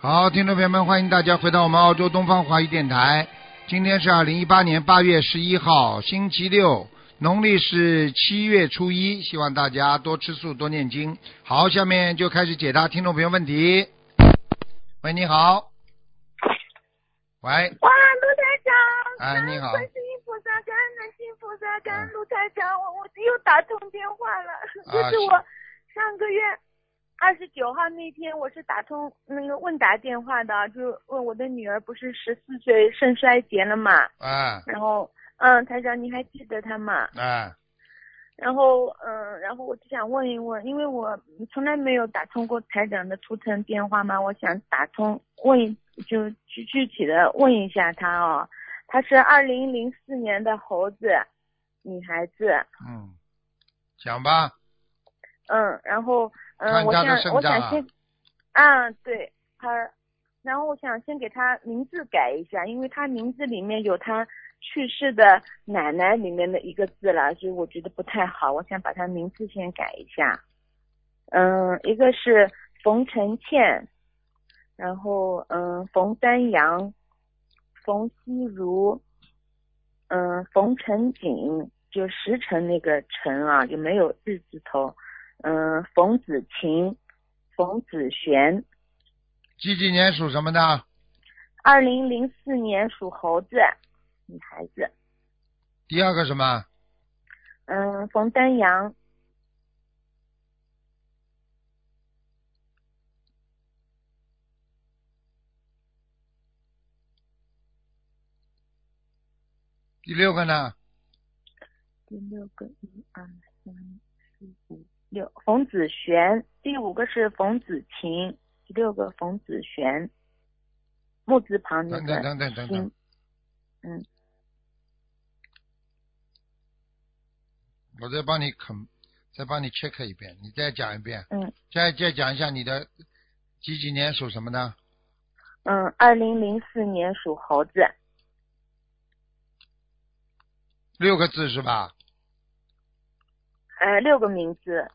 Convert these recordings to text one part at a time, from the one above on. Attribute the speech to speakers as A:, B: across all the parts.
A: 好，听众朋友们，欢迎大家回到我们澳洲东方华语电台。今天是二零一八年八月十一号，星期六，农历是七月初一。希望大家多吃素，多念经。好，下面就开始解答听众朋友问题。喂，你好。喂，
B: 哇，卢台长！
A: 哎你好嗯
B: 观世音菩萨，感恩南京菩萨，感恩卢台长，我我又打通电话了。
A: 啊
B: 就是我上个月二十九号那天，我是打通那个问答电话的，就问我的女儿不是十四岁肾衰竭了嘛，
A: 哎
B: 然后嗯，台长你还记得她吗？
A: 哎，
B: 然后嗯，然后我就想问一问，因为我从来没有打通过台长的图腾电话嘛，我想打通问一就具具体的问一下他哦，他是二零零四年的猴子，女孩子，
A: 嗯，讲吧，
B: 嗯，然后嗯，
A: 看
B: 我
A: 他
B: 想
A: 的肾
B: 我
A: 脏啊
B: 想先，啊对，他，然后我想先给他名字改一下，因为他名字里面有他去世的奶奶里面的一个字了，所以我觉得不太好，我想把他名字先改一下。嗯，一个是冯晨倩，然后嗯冯丹阳，冯熙如，嗯冯晨景，就时辰那个辰啊，就没有日字头。嗯，冯子晴，冯子璇，
A: 几几年属什么的？
B: 二零零四年属猴子，女孩子。
A: 第二个什么？
B: 嗯，冯丹阳，
A: 第六个呢？
B: 第六个一二三四五六，冯子璇，第五个是冯子晴，第六个冯子璇，木字旁那
A: 等等
B: 个
A: 等等等等
B: 心，，嗯，
A: 我再帮你肯，再帮你 check 一遍，你再讲一遍。
B: 嗯。
A: 再再讲一下你的几几年属什么的？
B: 嗯，二零零四年属猴子，
A: 六个字是吧？
B: 呃，六个名字，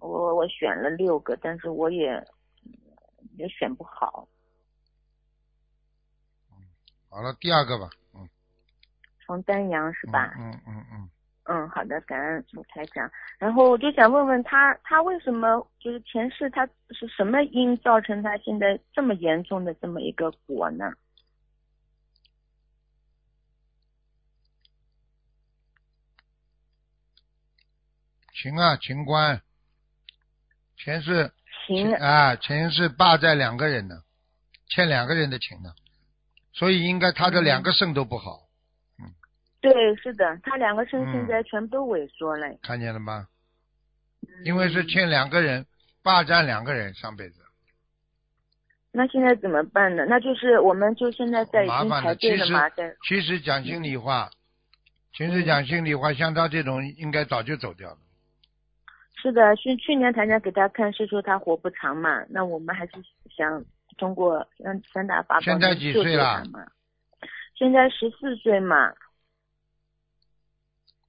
B: 我我选了六个，但是我也嗯也选不好。
A: 好了，第二个吧。嗯。
B: 从丹阳是吧？
A: 嗯嗯嗯
B: 嗯好的，感恩卢台长。然后我就想问问他，他为什么就是前世他是什么因造成他现在这么严重的这么一个果呢？
A: 秦啊，秦观，前世
B: 行
A: 前，啊，前世霸占两个人呢，欠两个人的情呢，所以应该他的两个肾都不好，
B: 嗯对，是的，他两个肾
A: 嗯
B: 现在全部都萎缩了。
A: 看见了吗？因为是欠两个人，霸占两个人，上辈子
B: 那现在怎么办呢？那就是我们就现在在已
A: 麻
B: 经
A: 烦
B: 排
A: 了。
B: 队
A: 其
B: 了
A: 实
B: 嘛，在
A: 其实讲心里话，其实
B: 嗯
A: 讲心里话，像他这种应该早就走掉了。
B: 是的，去去年台长给他看是说他活不长嘛，那我们还是想通过让三大法宝
A: 现在几
B: 能救
A: 岁
B: 救
A: 了
B: 他嘛？现在十四岁嘛。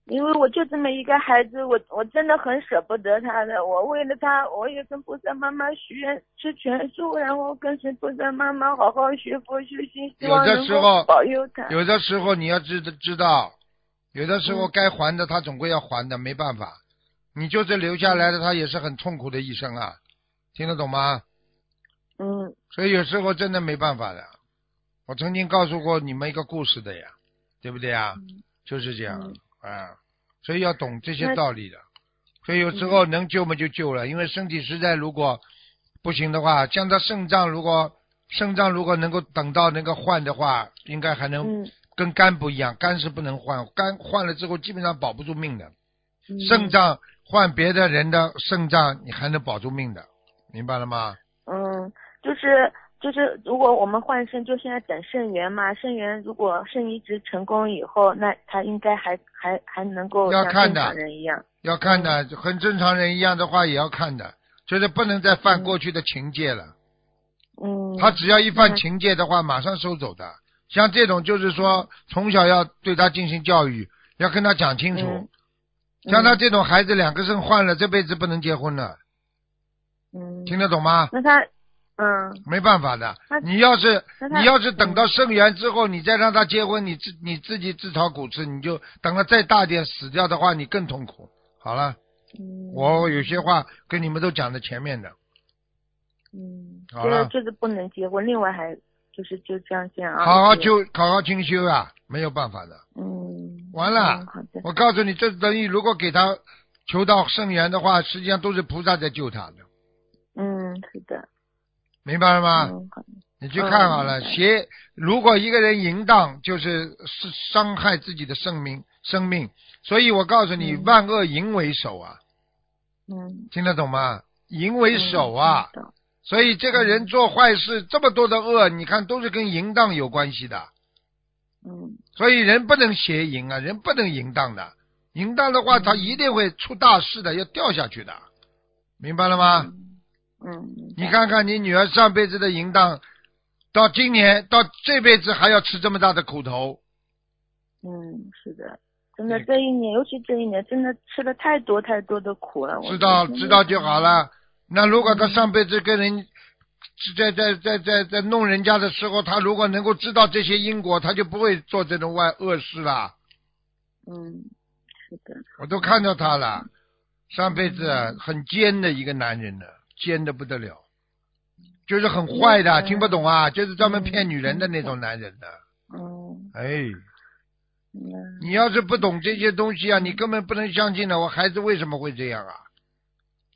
B: 因为我就这么一个孩子，我我真的很舍不得他的。我为了他，我也跟菩萨妈妈许愿吃全素，然后跟随菩萨妈妈好好学佛修心，希望
A: 有的
B: 能
A: 时
B: 够
A: 候
B: 保佑他。
A: 有的时候你要知知道，有的时候该还的他总归要还的，没办法。你就是留下来的，他也是很痛苦的一生啊，听得懂吗？
B: 嗯，
A: 所以有时候真的没办法的。我曾经告诉过你们一个故事的呀，对不对呀？
B: 嗯
A: 就是这样啊、所以要懂这些
B: 那
A: 道理的。所以有时候能救嘛就救了，因为身体实在如果不行的话，像他肾脏如果肾脏如果能够等到那个换的话，应该还能
B: 嗯
A: 跟肝不一样，肝是不能换，肝换了之后基本上保不住命的。
B: 嗯
A: 肾脏换别的人的肾脏，你还能保住命的，明白了吗？
B: 嗯，就是就是，如果我们换肾，就现在等肾源嘛。肾源如果肾移植成功以后，那他应该还还还能够
A: 要
B: 像
A: 看
B: 正
A: 的
B: 常人一样。
A: 要看的，和正常人一样的话也要看的，就是不能再犯过去的情戒了。
B: 嗯，
A: 他只要一犯
B: 嗯
A: 情戒的话，马上收走的。像这种就是说，从小要对他进行教育，要跟他讲清楚。
B: 嗯
A: 像他这种孩子，两个肾换了，这辈子不能结婚了，
B: 嗯，
A: 听得懂吗？
B: 那他嗯，
A: 没办法的
B: 那。
A: 你要是
B: 那他嗯
A: 你要是等到生缘之后，你再让他结婚，你自你自己自讨苦吃，你就等他再大点死掉的话，你更痛苦。好了，
B: 嗯
A: 我有些话跟你们都讲的前面的，
B: 嗯，
A: 好了
B: 就是就是不能结婚，另外还就是就这样这样啊。
A: 好好
B: 对
A: 就好好清修啊，没有办法的。
B: 嗯，
A: 完了
B: 嗯好的，
A: 我告诉你，这等于如果给他求到圣缘的话，实际上都是菩萨在救他的，
B: 嗯，是的，
A: 明白了吗？
B: 嗯，好的
A: 你去看好
B: 嗯
A: 了，
B: 明白
A: 邪如果一个人淫荡，就是是伤害自己的生命生命，所以我告诉你，
B: 嗯
A: 万恶淫为首啊，
B: 嗯，
A: 听得懂吗？淫为首啊，
B: 嗯，懂
A: 所以这个人做坏事这么多的恶，你看都是跟淫荡有关系的，
B: 嗯
A: 所以人不能邪淫啊，人不能淫荡的，淫荡的话
B: 嗯
A: 他一定会出大事的，要掉下去的，明白了吗？
B: 嗯嗯，明白
A: 你，看看你女儿上辈子的淫荡，到今年到这辈子还要吃这么大的苦头，
B: 嗯，是的。真的
A: 你，
B: 这一年，尤其这一年，真的吃了太多太多的苦了。我嗯
A: 知道
B: 真的
A: 知道就好。了。那如果她上辈子跟人在在在在在弄人家的时候，她如果能够知道这些因果，她就不会做这种外恶事了。
B: 嗯，是的，
A: 我都看到她了，上辈子很奸的一个男人呢，奸的不得了，就是很坏的，
B: 嗯
A: 听不懂啊，就是专门骗女人的那种男人的。
B: 嗯
A: 哎。
B: 嗯
A: 你要是不懂这些东西啊，你根本不能相信的。我孩子为什么会这样啊？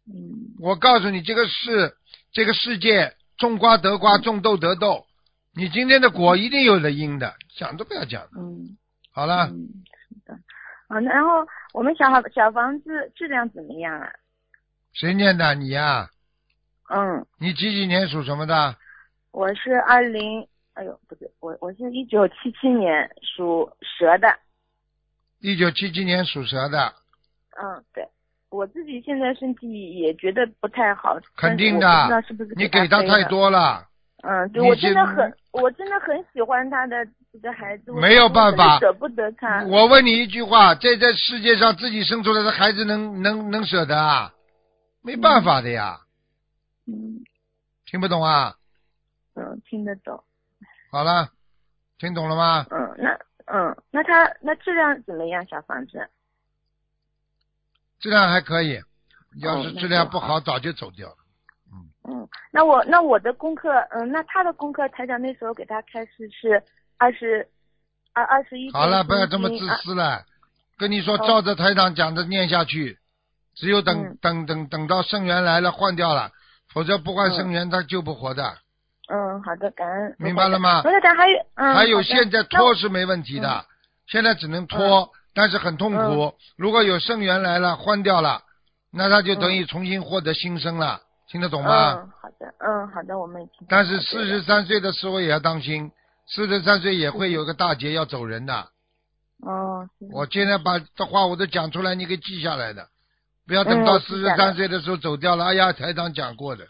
B: 嗯
A: 我告诉你，这个世，这个世界，种瓜得瓜，种豆得豆。你今天的果一定有了因的，讲都不要讲。
B: 嗯
A: 好了，
B: 嗯，是的。啊，然后我们小好小房子质量怎么样啊？
A: 谁念的你呀、啊
B: 嗯，
A: 你几几年属什么的？
B: 我是二零，哎呦，不对，我我是一九七七年属蛇的。
A: 一九七七年属蛇的，
B: 嗯，对。我自己现在身体也觉得不太好，
A: 肯定
B: 但是我
A: 的
B: 不知道是不是。
A: 你
B: 给
A: 给他
B: 背的
A: 太。多了，
B: 嗯，对，
A: 你
B: 我
A: 这
B: 真的很，我真的很喜欢他的这个孩子，我
A: 没有办法
B: 我真的舍不得他。
A: 我问你一句话，在这世界上自己生出来的孩子能能能舍得啊？没办法的呀，
B: 嗯
A: 听不懂啊？
B: 嗯，听得懂。
A: 好了，听懂了吗？
B: 嗯，那嗯，那他那质量怎么样？小房子？
A: 质量还可以，要是
B: 哦那
A: 质量
B: 就
A: 不好，早就走掉了。
B: 嗯，那我那我的功课，嗯，那他的功课，台长那时候给他开始是二十，二二十一。
A: 好了，不要这么自
B: 啊。
A: 私了。跟你说，
B: 哦
A: 照着台长讲的念下去，只有等、
B: 嗯
A: 等等等到圣元来了换掉了，否则不换圣元他救不活的。
B: 嗯，好的，感恩。
A: 明白了吗
B: 罗台长还有，嗯，
A: 还有
B: 好的
A: 现在
B: 那我
A: 拖是没问题的，现在只能拖，但是很痛苦。
B: 嗯
A: 如果有圣元来了换掉了，那他就等于重新获得新生了，听得懂吗？
B: 嗯，好的，嗯，好的，我们已经。
A: 但是四十三岁的时候也要当心，四十三岁也
B: 嗯
A: 会有个大劫要走人的。
B: 哦，是
A: 我现在把的话我都讲出来，你给记下来的，不要等
B: 嗯
A: 到
B: 我
A: 四
B: 记
A: 十
B: 下来
A: 三岁的时候走掉了。哎呀，台长讲过的，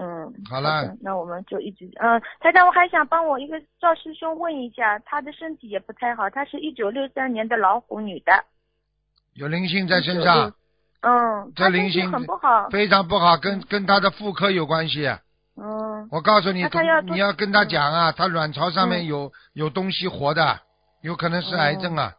B: 嗯，
A: 好了
B: 的那我们就一直嗯，台长，我还想帮我一个赵师兄问一下，他的身体也不太好，他是一九六三年的老虎女的，
A: 有灵性在身上，
B: 嗯，
A: 这
B: 他
A: 灵
B: 身体
A: 性
B: 很不好，
A: 非常不好，跟跟他的妇科有关系。啊
B: 嗯
A: 我告诉你
B: 那他要，多嗯
A: 你要跟他讲啊，他卵巢上面有有东西活的，有可能是癌症啊。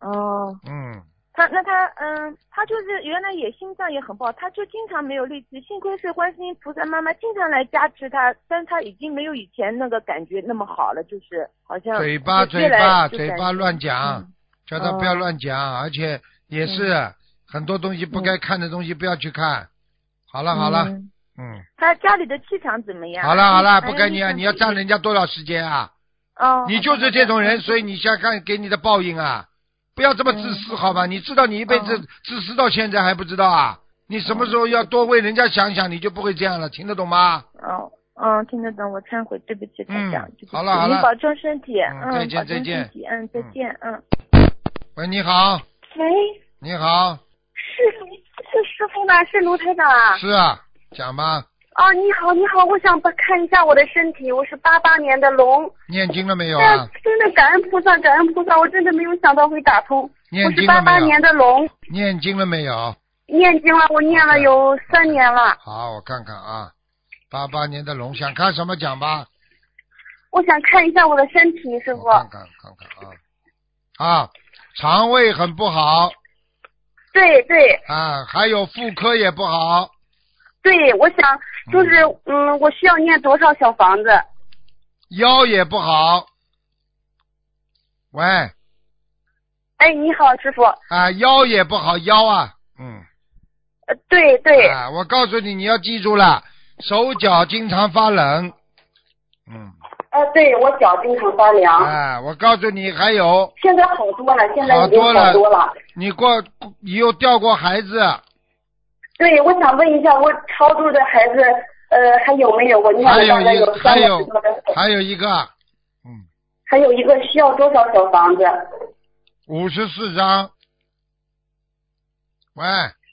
B: 哦，
A: 嗯，
B: 他那他嗯，他就是原来也心脏也很不好，他就经常没有力气，幸亏是观世音菩萨妈妈经常来加持他，但是他已经没有以前那个感觉那么好了，就是好像
A: 嘴巴
B: 就
A: 嘴
B: 越来
A: 巴
B: 就
A: 嘴
B: 感
A: 巴
B: 觉
A: 乱啊讲，
B: 嗯哦
A: 叫他不要乱讲，而且也是很多东西不该看的东西不要去看。好了好了，
B: 嗯
A: 嗯。
B: 他家里的气场怎么样？哎
A: 好了好了，
B: 还有
A: 不跟你
B: 立
A: 啊，
B: 场
A: 你要
B: 自己
A: 占人家多少时间啊？
B: 哦，
A: 你就是这种人，所以你想看给你的报应啊！不要这么自私好吧？你知道你一辈子
C: 哦
B: 嗯
A: 自私到现在还不知道啊？你什么时候要多为人家想想，你就不会这样了，听得懂吗？
B: 哦，嗯，听得懂，我忏悔，对不起，台长，
A: 嗯
B: 对不起
A: 好了好了
B: 您保重身体，
A: 嗯
B: 嗯，
A: 再见
B: 保重
A: 再见
B: 身体，嗯，再见，嗯。
A: 喂，你好，
B: 喂，
A: 你好，
B: 是是师傅吗？是卢台长啊？
A: 是啊，讲吧，
C: 啊，你好，你好，我想帮看一下我的身体，我是八八年的龙。
A: 念经了没有
C: 哎呀
A: 啊？
C: 真的感恩菩萨，感恩菩萨，我真的没有想到会打通。
A: 念
C: 我
A: 经
C: 是
A: 了
C: 八
A: 没
C: 八
A: 有
C: 年的龙，
A: 念经了没有？
C: 念经了，我念了有三年了。
A: 好，我看看啊，八八年的龙，想看什么讲吧？
C: 我想看一下我的身体，师傅
A: 我。看看看看啊啊，肠胃很不好
C: 对对
A: 啊，还有妇科也不好，
C: 对，我想就是嗯，我需要念多少小房子？
A: 腰也不好。喂
C: 哎，你好，师傅。
A: 啊，腰也不好，腰啊，嗯，
C: 呃，对对，
A: 啊，我告诉你，你要记住了，手脚经常发冷，嗯，
C: 呃，对我脚经常发凉
A: 啊，我告诉你，还有
C: 现在好多了，现
A: 好多了
C: 了。
A: 你过你又掉过孩子，
C: 对，我想问一下，我超度的孩子，呃，还有没有？我念
A: 还
C: 了
A: 有
C: 大概
A: 一个
C: 三
A: 还
C: 个
A: 有
C: 师傅的手，
A: 还有一个，嗯，
C: 还有一个需要多少小房子？
A: 五十四张。喂，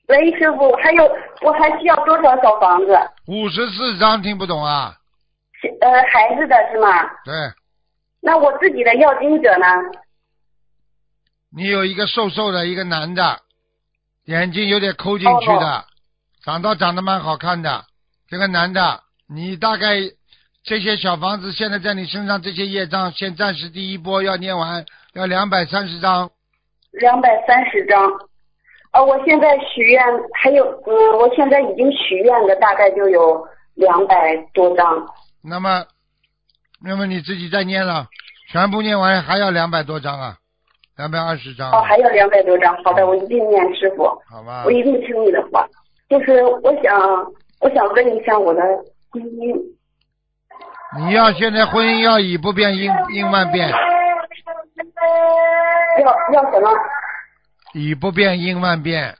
C: 喂，师傅，还有我还需要多少小房子？
A: 五十四张听不懂啊？
C: 呃，孩子的是吗？
A: 对，
C: 那我自己的要经者呢？
A: 你有一个瘦瘦的一个男的，眼睛有点抠进去的，
C: 哦
A: 长倒长得蛮好看的。这个男的，你大概这些小房子现在在你身上这些业障，先暂时第一波要念完，要两百三十张。
C: 两百三十张。呃，我现在许愿还有，嗯，我现在已经许愿的大概就有两百多张。
A: 那么，那么你自己再念了，全部念完还要两百多张啊，两百二十张啊、
C: 哦，还有两百多张。好的，我一定念师傅，
A: 好吧
C: 我？一定听你的话。就是我想，我想问一下我的婚姻。
A: 你要现在婚姻要以不变应应万变，
C: 要要什么？
A: 以不变应万变，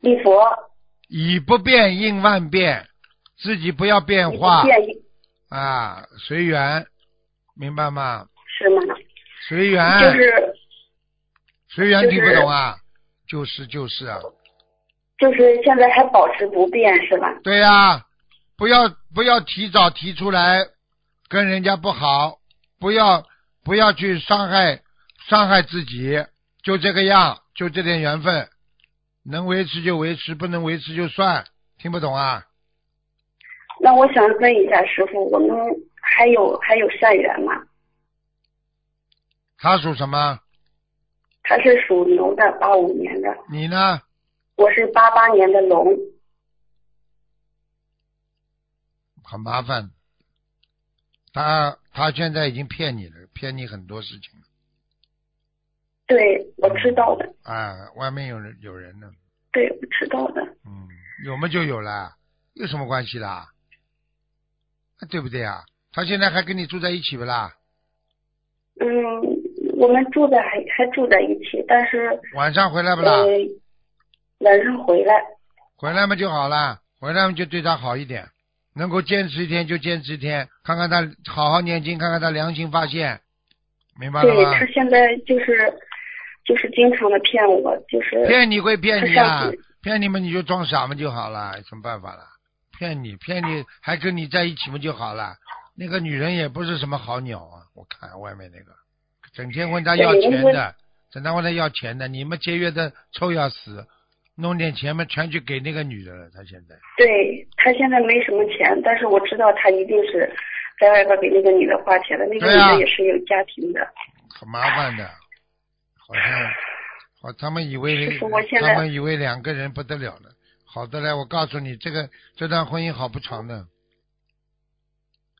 C: 礼佛。
A: 以不变应万变，自己不要变化
C: 建议
A: 啊，随缘，明白吗？
C: 是吗？
A: 随缘，
C: 就是
A: 随缘
C: 就
A: 听不
C: 是
A: 懂啊？就是就是啊，
C: 就是现在还保持不变是吧？
A: 对呀、不要不要提早提出来跟人家不好，不要不要去伤害伤害自己，就这个样，就这点缘分，能维持就维持，不能维持就算。听不懂啊？
C: 那我想问一下师傅，我们还有还有善缘吗？
A: 他属什么？
C: 他是属牛的，八五年的，
A: 你呢？
C: 我是八八年的龙。
A: 很麻烦，他他现在已经骗你了，骗你很多事情了
C: 对，我知道的，
A: 啊！外面有人有人呢，
C: 对，我知道的。
A: 嗯，有嘛就有了，有什么关系啦？对不对啊？他现在还跟你住在一起不啦？
C: 嗯，我们住在还还住在一起，但是
A: 晚上回来不啦
C: 呃？，晚上回来，
A: 回来嘛就好啦，回来嘛就对他好一点，能够坚持一天就坚持一天，看看他好好念经，看看他良心发现，明白了
C: 对
A: 吗
C: 他？现在就是就是经常的骗我，就是
A: 骗你归骗你
C: 他
A: 啊
C: 上次，
A: 骗你们你就装傻嘛就好了，有什么办法了？骗你骗你还跟你在一起嘛就好了，那个女人也不是什么好鸟啊，我看外面那个，整天问他要
C: 对
A: 钱
C: 因为
A: 的，整天问他要钱的，你们节约的臭要死，弄点钱嘛全去给那个女人了，他现在。
C: 对他现在没什么钱，但是我知道他一定是在外边给那个女的花钱的，那个
A: 对
C: 女
A: 啊
C: 的也是有家庭的。
A: 很麻烦的，好像，好，他们以为
C: 师傅我现在
A: 他们以为两个人不得了了，好的嘞，我告诉你，这个这段婚姻好不长的，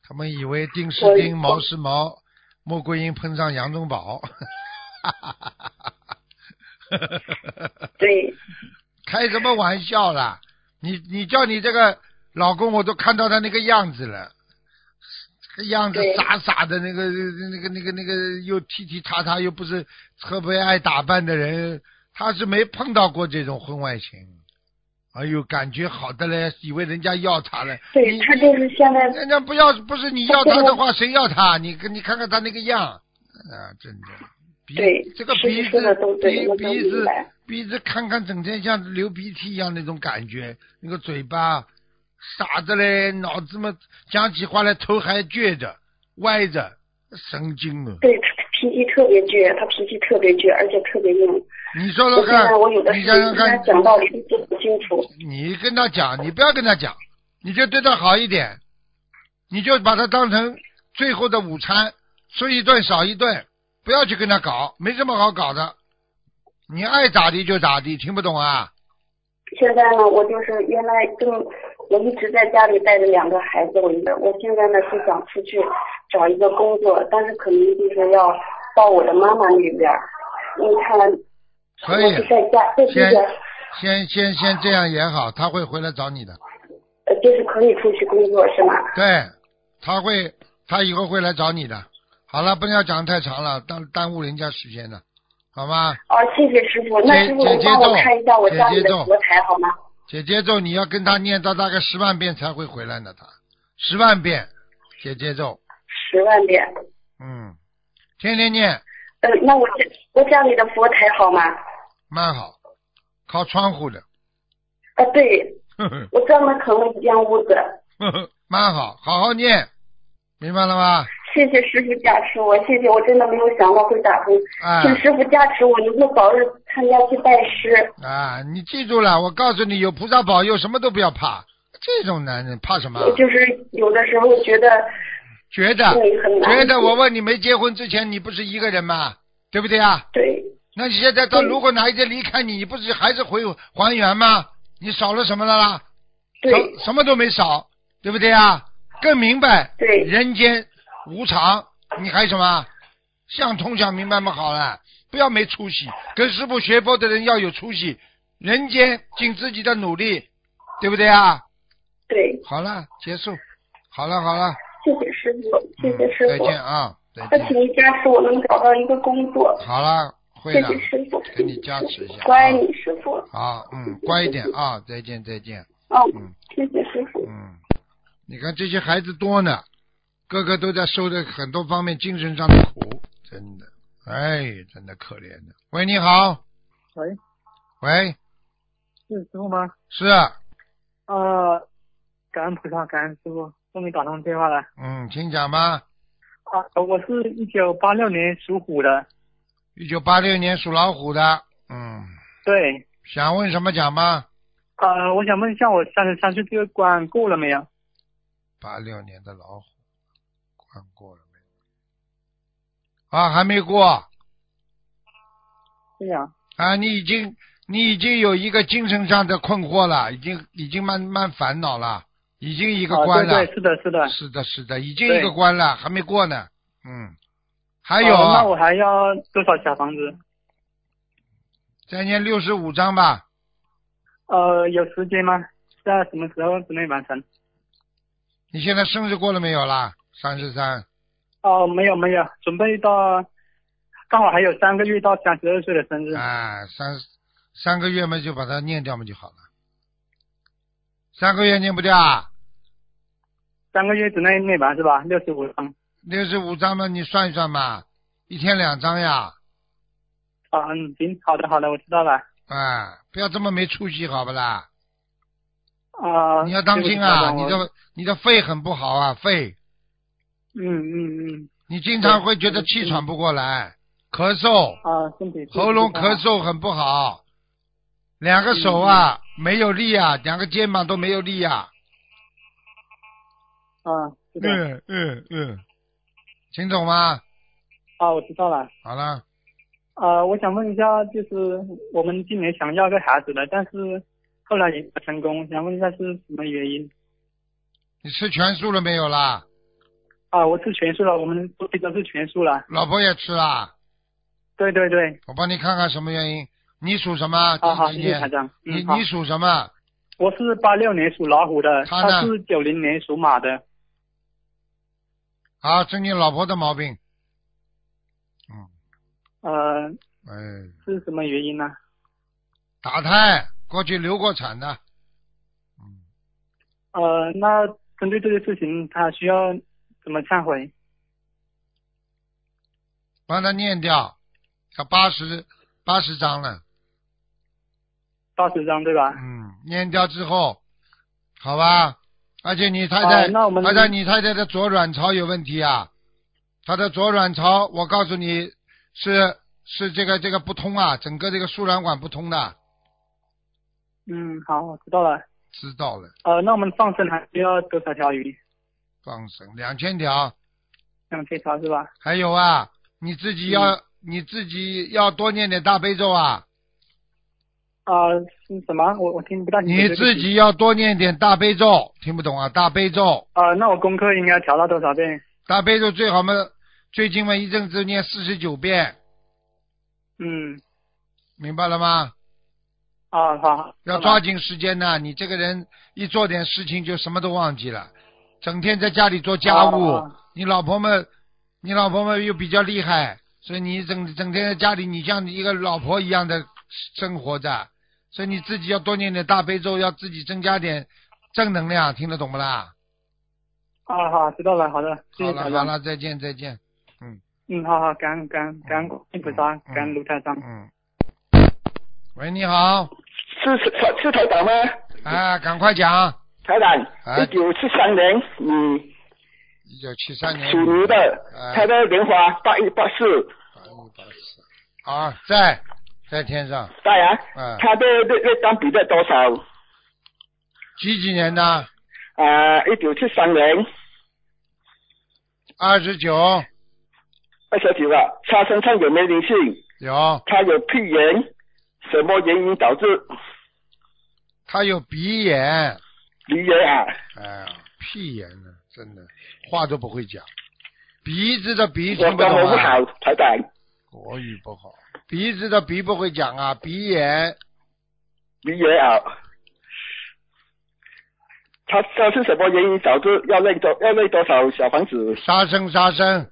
A: 他们以为丁是丁，
C: 我
A: 毛是毛，穆桂英碰上杨宗保，
C: 对，
A: 开什么玩笑啦？你你叫你这个老公，我都看到他那个样子了，这个样子
C: 对
A: 傻傻的，那个那个那个那个又踢踢踏踏，又不是特别爱打扮的人，他是没碰到过这种婚外情。哎呦，感觉好的嘞，以为人家要他了，
C: 对
A: 你
C: 他就是现在
A: 人家不要，不是你要他的话，谁要他？你看，你看看他那个样，啊，真的，鼻
C: 对
A: 这个
C: 是
A: 鼻
C: 说
A: 子
C: 的都，对
A: 鼻
C: 我都
A: 鼻
C: 明
A: 子
C: 白，
A: 鼻子，看看整天像流鼻涕一样那种感觉，那个嘴巴傻着嘞，脑子嘛讲起话来头还撅着，歪着，神经啊了。
C: 对他脾气特别倔，他脾气特别倔，而且特别硬。
A: 你说说
C: 我现
A: 看
C: 在我有，的
A: 你
C: 时
A: 想
C: 候
A: 想
C: 跟他
A: 看，
C: 讲道理都讲不清楚。
A: 你跟他讲，你不要跟他讲，你就对他好一点，你就把他当成最后的午餐，吃一顿少一顿，不要去跟他搞，没什么好搞的。你爱咋地就咋地，听不懂啊？
C: 现在呢，我就是原来跟我一直在家里带着两个孩子，我一个，我现在呢就想出去找一个工作，但是可能就是要到我的妈妈那边儿。你看，
A: 可
C: 我是
A: 以，
C: 在家，这是一
A: 先
C: 个
A: 先先先这样也好，他会回来找你的。
C: 呃，就是可以出去工作是吗？
A: 对，他会，他以后会来找你的。好了，不要讲太长了，耽耽误人家时间了，好吗？
C: 哦，谢谢师傅，那
A: 姐
C: 师傅
A: 姐
C: 您
A: 姐
C: 帮我
A: 咒
C: 看一下我
A: 姐
C: 家里
A: 姐
C: 的
A: 咒
C: 佛台好吗？
A: 姐姐咒你要跟他念到大概十万遍才会回来呢，他十万遍姐姐咒，
C: 十万遍。
A: 嗯，天天念，
C: 嗯，那我家我家里的佛台好吗？
A: 蛮好，靠窗户的，
C: 啊，对，
A: 呵呵
C: 我专门腾了一间屋子。
A: 呵呵，蛮好，好好念，明白了吗？
C: 谢谢师傅加持我，谢谢，我真的没有想到会打通，
A: 哎、
C: 请师傅加持我，能够早日参加去拜师。
A: 啊，你记住了，我告诉你，有菩萨保佑，什么都不要怕。这种男人怕什么？
C: 我就是有的时候觉得
A: 觉得
C: 心里很难
A: 觉得我问你没结婚之前你不是一个人吗？对不对啊？
C: 对，
A: 那你现在他
C: 对
A: 如果哪一天离开你，你不是还是回还原吗？你少了什么了啦？
C: 对
A: 什什么都没少，对不对啊？更明白
C: 对
A: 人间无常，你还什么？想通想明白嘛，好了，不要没出息。跟师傅学佛的人要有出息，人间尽自己的努力，对不对啊？
C: 对，
A: 好了，结束，好了好了，
C: 谢谢师傅，谢谢
A: 嗯
C: 师
A: 再
C: 傅。
A: 见啊，再
C: 那
A: 见。
C: 请您加持我能找到一个工作，
A: 好了，会
C: 谢
A: 的，
C: 谢师傅，
A: 给你加持一下嗯
C: 我爱你师傅，
A: 好，嗯，乖一点啊，再见再见，
C: 嗯
A: 嗯，
C: 谢谢师傅。
A: 嗯，你看这些孩子多呢，个个都在受着很多方面精神上的苦，真的，哎，真的可怜的。喂，你好，
D: 喂，
A: 喂，
D: 是师傅吗？
A: 是，
D: 呃，感恩菩萨，感恩师傅，终于打通电话了。
A: 嗯，请讲吧。
D: 啊，我是一九八六年属虎的，
A: 一九八六年属老虎的，嗯，
D: 对。
A: 想问什么讲吧。
D: 呃，我想问一下，我三十三岁这个关过了没有？
A: 八六年的老虎，关过了没有？啊，还没过。
D: 对呀、
A: 啊，你已经你已经有一个精神上的困惑了，已经已经慢慢烦恼了，已经一个
D: 啊
A: 关了。
D: 对对，是的，是的。
A: 是的，是的，已经一个关了，还没过呢。嗯，还有
D: 呃
A: 啊
D: 那我还要多少小房子？
A: 再念六十五章吧。
D: 呃，有时间吗？在什么时候之内完成？
A: 你现在生日过了没有啦？三十三，
D: 哦，没有没有，准备到，刚好还有三个月到三十二岁的生日。
A: 哎，三三个月嘛，就把它念掉嘛就好了。三个月念不掉啊？
D: 三个月之内内完是吧？六十五张。
A: 六十五章嘛，你算一算嘛，一天两章呀。
D: 啊，嗯，行，好的好的，我知道了。
A: 哎，不要这么没出息，好不啦？
D: 啊、
A: 你要当心啊，你
D: 这
A: 的你的肺很不好啊，肺，
D: 嗯嗯嗯
A: 你经常会觉得气喘不过来，咳嗽，
D: 啊，身体
A: 喉咙咳
D: 嗽
A: 嗽很不好，两个手啊没有力啊，两个肩膀都没有力啊，
D: 啊，是的、
A: 嗯嗯嗯，听懂吗？
D: 啊，我知道了。
A: 好了，
D: 啊，我想问一下，就是我们今年想要个孩子的，但是后来也没有成功，想问一下是什么原因？
A: 你吃全素了没有啦？
D: 啊，我吃全素了，我们夫妻都是全素了。
A: 老婆也吃啦，
D: 对对对，
A: 我帮你看看什么原因。你属什么？
D: 啊好，
A: 几
D: 谢
A: 几
D: 谢台
A: 年？
D: 长。
A: 你
D: 嗯，好
A: 你，属什么？
D: 我是八六年属老虎的，
A: 他呢
D: 他是九零年属马的。
A: 啊，是你老婆的毛病。
D: 呃，
A: 哎，
D: 是什么原因呢？
A: 打胎，过去流过产的。
D: 呃，那针对这个事情，他需要怎么忏悔？
A: 帮他念掉，要八十八十章了。
D: 八十张对吧？
A: 嗯，念掉之后，好吧。而且你太太，
D: 哦那我们
A: 而且你太太的左卵巢有问题啊，她的左卵巢，我告诉你是是这个这个不通啊，整个这个输卵管不通的，
D: 嗯，好，我知道了。
A: 知道了，
D: 呃，那我们放生还需要多少条鱼？
A: 放生两千条。
D: 两千条是吧？
A: 还有啊，你自己要、
D: 嗯
A: 你自己要多念点大悲咒啊，
D: 啊、是什么？我我听不到你
A: 你
D: 的这个
A: 自己要多念点大悲咒，听不懂啊？大悲咒，
D: 啊、那我功课应该调到多少遍？
A: 大悲咒最好嘛，最近嘛一阵子念四十九遍，
D: 嗯，
A: 明白了吗？
D: 啊，好，好
A: 要抓紧时间呐、你这个人一做点事情就什么都忘记了，整天在家里做家务。
D: 哦
A: 你老婆们，你老婆们又比较厉害，所以你整整天在家里，你像一个老婆一样的生活着。所以你自己要多念点大悲咒，要自己增加点正能量，听得懂不啦？
D: 啊，好，知道了，好的，谢
A: 好
D: 谢
A: 了
D: 台
A: 好
D: 长。
A: 了，再见再见。
D: 嗯，好好，感恩感恩感恩观世音菩萨
A: 嗯，
D: 感恩卢台长。
A: 嗯。喂，你好，
E: 是是是台长吗？
A: 啊，赶快讲。
E: 台长
A: 哎，
E: 一九七三年，嗯，
A: 一九七三年。
E: 属牛的，
A: 哎
E: 他的莲花八一八四，
A: 八一八四。啊，在在天上，
E: 大呀
A: 嗯，
E: 他的那那张比在多少？
A: 几几年的？
E: 啊，一九七三年，
A: 二十九，
E: 二十九啊，他身上有没有灵性？
A: 有，
E: 他有屁炎，什么原因导致
A: 他有鼻炎，
E: 鼻炎啊？
A: 哎呀，屁炎呢，真的，话都不会讲，鼻子的鼻
E: 我
A: 听不
E: 中
A: 懂
E: 文不
A: 啊
E: 好，，台长，
A: 国语不好，鼻子的鼻不会讲啊，鼻炎，
E: 鼻炎啊。他他是什么原因导致要练多要练多少小房子
A: 杀生杀生，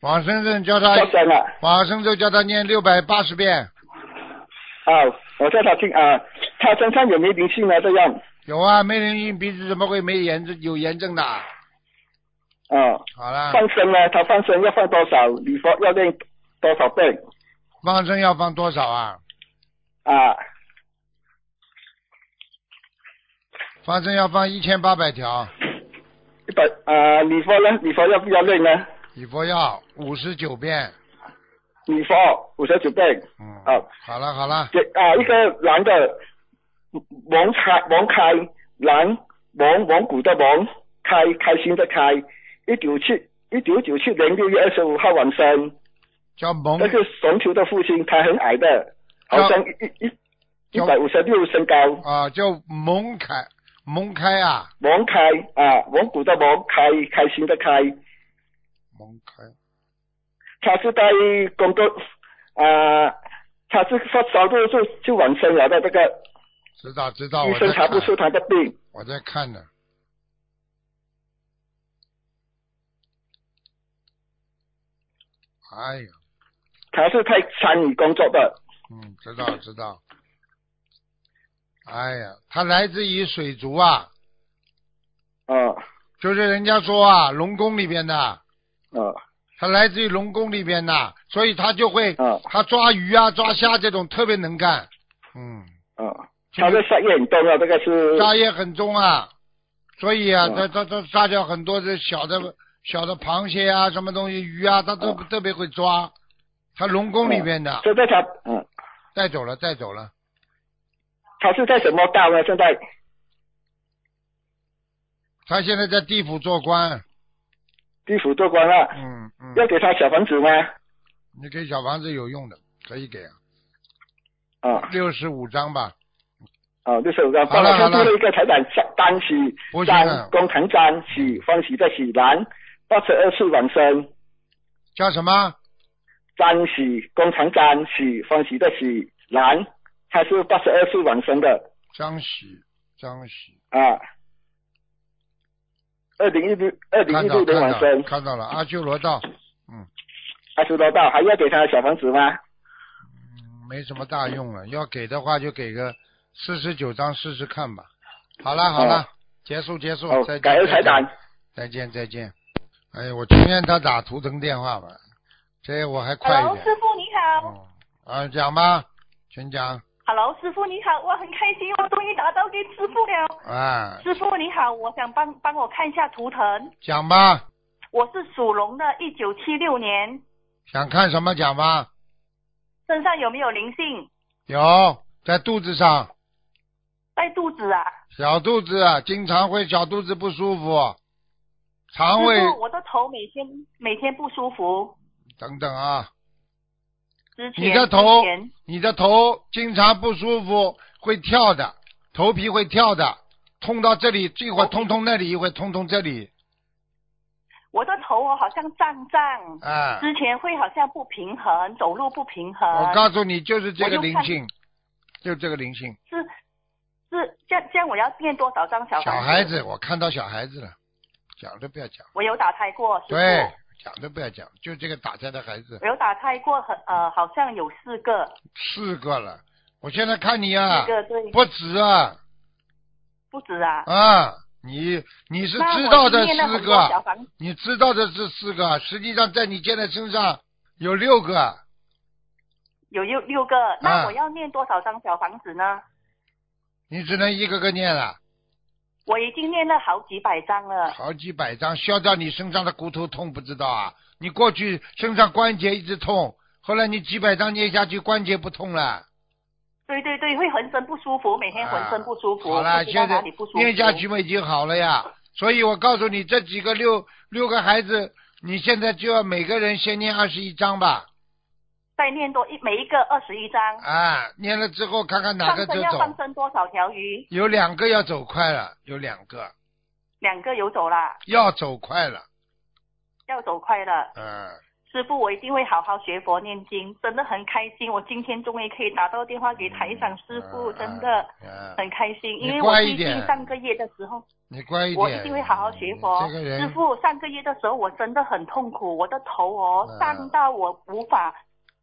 A: 往生咒叫他
E: 上，升啊？
A: 往生咒叫他念六百八十遍，
E: 啊，我叫他听啊，他身上有没有灵性呢？这样
A: 有啊，没人性鼻子怎么会没炎症有炎症的啊？
E: 啊，
A: 好了，
E: 放生呢？他放生要放多少？礼佛要念多少遍
A: 放生要放多少啊？
E: 啊？
A: 放生要放一千八百条，
E: 一百啊，礼佛呢？礼佛要不要念呢？
A: 礼佛要五十九遍。
E: 礼佛五十九遍
A: 嗯，
E: 啊，
A: 好了好了，
E: 这啊一个男的，蒙开蒙开男蒙蒙古的蒙开开心的开，一九七一九九七年六月二十五号晚生，
A: 叫蒙
E: 这是熊球的父亲，他很矮的，好像一一一一
A: 叫
E: 百五十六身高。
A: 啊，叫蒙凯，蒙开啊，
E: 蒙开啊，蒙古的蒙开，开心的开，
A: 蒙开，
E: 他是在工作啊，他是发烧就就就往生了的这个，
A: 知道知道，
E: 医
A: 哦我
E: 生
A: 在
E: 查
A: 看
E: 不，出他的病。
A: 我在看呢。哎呀，
E: 他是太参与工作的，
A: 嗯，知道知道。哎呀，他来自于水族啊，
E: 啊
A: 就是人家说啊，龙宫里边的，
E: 啊
A: 他来自于龙宫里边的，所以他就会，
E: 啊
A: 他抓鱼啊、抓虾这种特别能干，嗯，
E: 啊！他的杀业很重要，这个是
A: 杀业很重啊，所以啊，
E: 嗯
A: 他他他杀掉很多这小的小的螃蟹啊，什么东西鱼啊，他都
E: 嗯
A: 特别会抓，他龙宫里边的
E: 现在他嗯，
A: 带走了，带走了，
E: 他是在什么道呢？现在
A: 他现在在地府做官，
E: 地府做官了，
A: 嗯嗯，
E: 要给他小房子吗？
A: 你给小房子有用的，可以给啊，
E: 啊
A: 六十五张吧，
E: 啊，就是我刚
A: 好
E: 帮
A: 了
E: 我
A: 好
E: 看
A: 了
E: 出了一个台长单喜
A: 不行了
E: 单工藤单喜欢喜的喜男，八十二岁往生。
A: 叫什么？
E: 詹喜，工厂詹喜，欢喜的喜，男，他是八十二岁往生的
A: 张喜，张喜，
E: 啊。二零一六二零
A: 看
E: 一
A: 到
E: 六
A: 看
E: 年往
A: 到
E: 生，
A: 看到了，阿修罗道，
E: 二十多道，还要给他小房子吗？
A: 嗯，没什么大用了，要给的话就给个四十九张试试看吧。好了好了，
E: 哦
A: 结束结束，
E: 哦
A: 再，见
E: 感恩台
A: 再见
E: 长。
A: 再见再见。哎呀，我情愿他打图腾电话吧，这我还快一点。
F: 师傅你好
A: 嗯，啊，讲吧，全讲
F: ，Hello，师傅你好，我很开心，我终于打到给师傅了。
A: 啊，
F: 师傅你好，我想帮帮我看一下图腾，
A: 讲吧，
F: 我是属龙的，一九七六年，
A: 想看什么讲吧。
F: 身上有没有灵性？
A: 有在肚子上，
B: 带肚子啊。
A: 小肚子啊经常会小肚子不舒服，肠胃
B: 师傅，我的头每天每天不舒服。
A: 等等啊，
B: 之前
A: 你的头
B: 之前
A: 你的头经常不舒服，会跳的，头皮会跳的，痛到这里，一会儿痛痛那里，一会儿痛痛这里，
B: 我的头哦好像胀胀，
A: 啊，
B: 之前会好像不平衡，走路不平衡。
A: 我告诉你，就是这
B: 我
A: 个
B: 就
A: 灵
B: 看
A: 性，就这个灵性。
B: 是是，这样这样我要念多少张小
A: 小
B: 房
A: 孩？子，我看到小孩子了，讲都不要讲，
B: 我有打胎过，师傅
A: 对，讲都不要讲，就这个打架的孩子
B: 我有打胎过，很呃，好像有四个，
A: 四个了，我现在看你啊
B: 四，个对，
A: 不止啊
B: 不止啊。
A: 啊，你你是
B: 那
A: 知
B: 我
A: 道
B: 已经
A: 的
B: 念了
A: 四
B: 很多小
A: 个，
B: 房子，
A: 你知道的是四个，实际上在你现在身上有六个，
B: 有六六个，那
A: 啊
B: 我要念多少张小房子呢？
A: 你只能一个个念了，
B: 我已经念了好几百张了，
A: 好几百张，消掉你身上的骨头痛不知道啊？你过去身上关节一直痛，后来你几百张念下去，关节不痛了。
B: 对对对，会浑身不舒服，每天浑身不舒服，
A: 啊好了，
B: 不知道
A: 现
B: 哪
A: 在
B: 里不舒服。
A: 念下去嘛已经好了呀。所以我告诉你，这几个六六个孩子，你现在就要每个人先念二十一章吧，
B: 再念多一每一个二十一张，
A: 啊，念了之后看看哪
B: 放
A: 个
B: 生
A: 就
B: 要放
A: 走。
B: 生多少条鱼？
A: 有两个要走快了，有两个
B: 两个游走啦，
A: 要走快了，
B: 要走快了。
A: 嗯、
B: 师傅，我一定会好好学佛念经，真的很开心。我今天终于可以打到电话给台长师傅，
A: 嗯
B: 真的
A: 嗯
B: 很开心。因
A: 你
B: 为我
A: 乖一
B: 最近
A: 点
B: 上个月的时候，
A: 你乖一点，嗯
B: 我一定会好好学佛。
A: 这个
B: 师
A: 人
B: 傅，上个月的时候我真的很痛苦，我的头哦
A: 嗯
B: 胀到我无法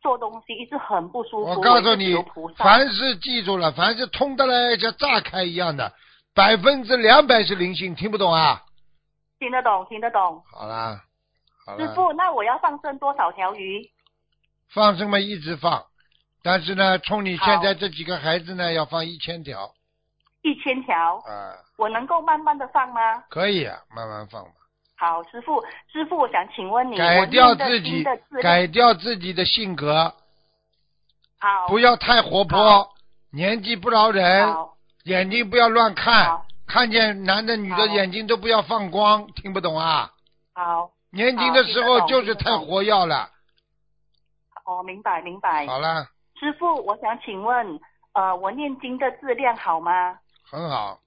B: 做东西，一直很不舒服。
A: 我告诉
B: 一直
A: 你
B: 求菩，萨
A: 凡是记住了，凡是通的嘞，像炸开一样的，百分之两百是灵性，听不懂啊？
B: 听得懂，听得懂。
A: 好啦，好
B: 师
A: 啦，
B: 傅，那我要放生多少条鱼？
A: 放生嘛一直放，但是呢，冲你现在这几个孩子呢，要放一千条
B: 一千条
A: 啊、，
B: 我能够慢慢的放吗？
A: 可以啊，慢慢放吧，
B: 好，师傅，师傅，我想请问你，
A: 改
B: 我
A: 掉
B: 念的
A: 自
B: 经
A: 己
B: 的质，量
A: 改掉自己的性格，
B: 好，
A: 不要太活泼
B: 好，
A: 年纪不饶人，
B: 好，
A: 眼睛不要乱看
B: 好，
A: 看见男的女的
B: 好
A: 眼睛都不要放光，听不懂啊？
B: 好，
A: 年轻
B: 好
A: 的
B: 听
A: 时
B: 得
A: 候
B: 懂
A: 就
B: 听
A: 是
B: 得
A: 太
B: 懂
A: 活跃了。
B: 哦，明白明白。
A: 好了，
B: 师傅，我想请问，呃，我念经的质量好吗？
A: 很好。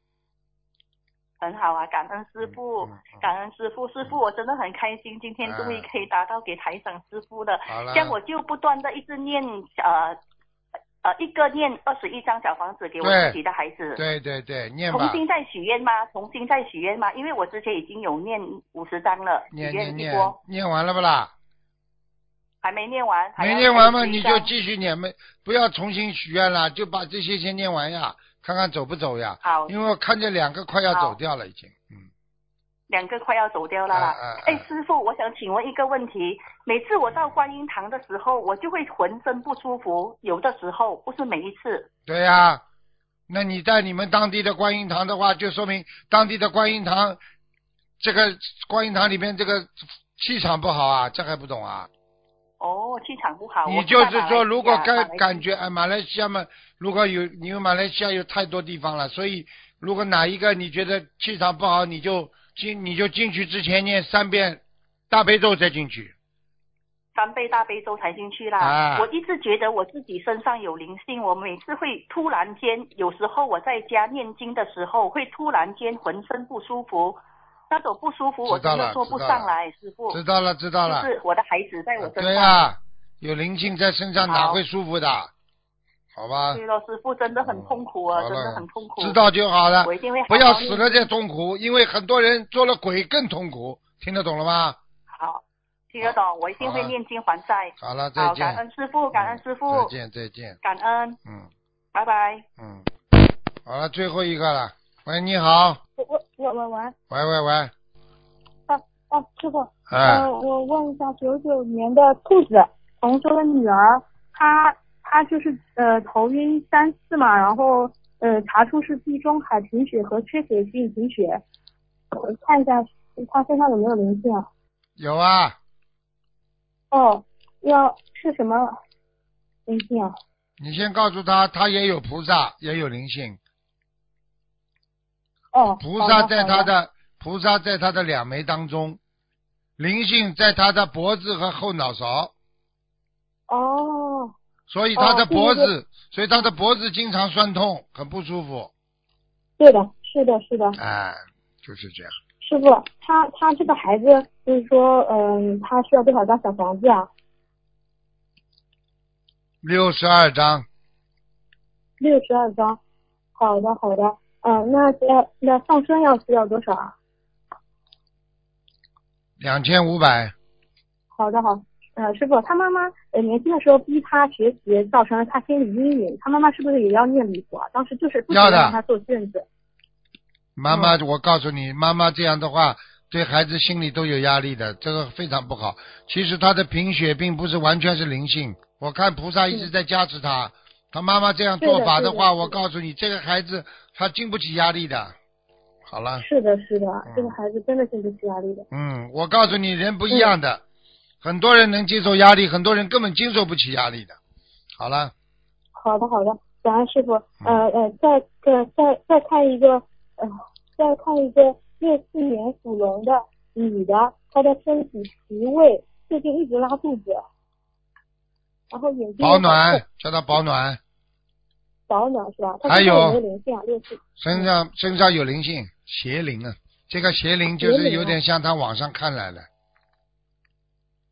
B: 很好啊，感恩师傅
A: 嗯嗯嗯，
B: 感恩师傅，师傅我真的很开心，今天终于可以达到给台长师傅的，
A: 好了
B: 这样我就不断的一直念呃呃一个念二十一张小房子给我
A: 对
B: 自己的孩子，
A: 对对对，念
B: 重
A: 吧，
B: 新再许愿吗？重新再许愿吗？因为我之前已经有念五十张了，许
A: 念念
B: 愿一
A: 念
B: 波，
A: 念完了不啦？
B: 还没念完，还
A: 没
B: 要
A: 念完嘛，
B: 再许一
A: 你
B: 张
A: 就继续念没，不要重新许愿了，就把这些先念完呀，看看走不走呀。
B: 好
A: 因为我看见两个快要
B: 好
A: 走掉了，已经。嗯，
B: 两个快要走掉了啦
A: 嗯嗯。
B: 哎、
A: 嗯
B: 师傅，我想请问一个问题。每次我到观音堂的时候，我就会浑身不舒服，有的时候不是每一次。
A: 对呀、那你在你们当地的观音堂的话，就说明当地的观音堂，这个观音堂里面这个气场不好啊，这还不懂啊？
B: 哦，气场不好。
A: 你就是说，如果
B: 该
A: 感感觉哎，马来西亚嘛，如果有因为马来西亚有太多地方了，所以如果哪一个你觉得气场不好，你就进你就进去之前念三遍大悲咒再进去。
B: 三倍大悲咒才进去啦。
A: 啊
B: 我一直觉得我自己身上有灵性，我每次会突然间，有时候我在家念经的时候，会突然间浑身不舒服，那种不舒服我
A: 知道
B: 真
A: 了
B: 的说不
A: 知道了
B: 上来，师傅。
A: 知道了，知道了啊
B: 就。是我的孩子在我身上。
A: 对呀，有灵性在身上哪
B: 好
A: 会舒服的？好吧，
B: 对了，师傅真的很痛苦啊，
A: 哦好
B: 真的
A: 了
B: 很痛苦。
A: 知，道就好了
B: 我，一定会好好
A: 不要死了
B: 念
A: 再痛苦，因为很多人做了鬼更痛苦，听得懂了吗？
B: 好，听得懂，我一定
A: 好
B: 会
A: 了
B: 念经还债。
A: 好了，再
B: 好，感
A: 见
B: 恩，师傅，感恩师
A: 再
B: 傅，
A: 见，再见，
B: 感恩，
A: 嗯。
B: 拜拜。
A: 嗯，好了，最后一个了。喂，你好，
C: 我我我我玩
A: 喂喂哎喂，
C: 哦哦，师傅，
A: 哎
C: 呃，，我问一下，九九年的兔子，同修的女儿，她她就是呃头晕三次嘛，然后呃查出是地中海贫血和缺铁性贫血，我看一下她身上有没有灵性啊？
A: 有啊，
C: 哦，要是什么灵性啊？
A: 你先告诉他，他也有菩萨，也有灵性，
G: 哦，
A: 菩
G: 好
A: 萨
G: 的
A: 在
G: 好
A: 他
G: 的
A: 的菩萨在他的两眉当中，灵性在他的脖子和后脑勺，
G: 哦
A: 所以他的
G: 哦对
A: 脖
G: 对
A: 子，所以他的脖子经常酸痛，很不舒服。
G: 对的，是的，是的，
A: 哎，就是这样。
G: 师傅，他他这个孩子就是说，嗯，他需要多少张小房子啊？
A: 六十二章，
G: 六十二张。好的，好的。嗯，那要那放生要需要多少啊？
A: 两千五百，
G: 好的，好。呃，师傅，他妈妈呃年轻的时候逼他学习，造成了他心理阴影。他妈妈是不是也要念礼佛啊？当时就是不
A: 要
G: 想
A: 的嗯
G: 让他做卷子。
A: 妈妈，
G: 嗯
A: 我告诉你，妈妈这样的话，对孩子心里都有压力的，这个非常不好。其实他的贫血并不是完全是灵性，我看菩萨一直在加持他。他妈妈这样
G: 对的
A: 做法
G: 对的
A: 话，
G: 是的
A: 我告诉你，这个孩子他经不起压力的。好了，
G: 是的，是的，这个孩子真的经不起压力的。
A: 嗯，我告诉你，人不一样的，很多人能接受压力，很多人根本经受不起压力的。好了，
G: 好的，好的，感恩师傅。
A: 嗯
G: 呃呃，再再再再看一个，呃，再看一个六四年属龙的女的，她的身体脾胃最近一直拉肚子，然后眼睛
A: 保暖，叫他保暖，
G: 保暖是吧？她
A: 还
G: 身上
A: 有
G: 没有灵性啊，六四
A: 身上身上有灵性，邪灵啊，这个邪灵就
G: 邪
A: 是
G: 灵啊
A: 有点像他网上看来的。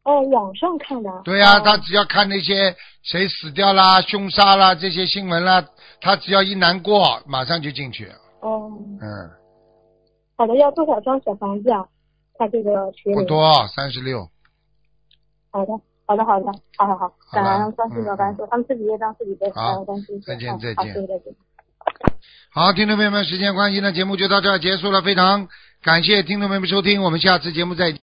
G: 哦，网上看的啊。
A: 对呀、
G: 哦
A: 他只要看那些谁死掉啦、凶杀啦这些新闻啦，他只要一难过，马上就进去。
G: 哦，
A: 嗯，
G: 好的，要多少张小房子啊？她这个学
A: 不
G: 龄。
A: 多，三十六。
G: 好的，好的，好的，好好好，
A: 好了
G: 感恩关心
A: 嗯
G: 的感恩师傅，他们自己业障自己背，
A: 好
G: 感恩关心。
A: 再见
G: 嗯
A: 再
G: 好
A: 见
G: 谢谢再见。
A: 好，听众朋友们，时间关系呢，节目就到这儿结束了。非常感谢听众朋友们收听，我们下次节目再见。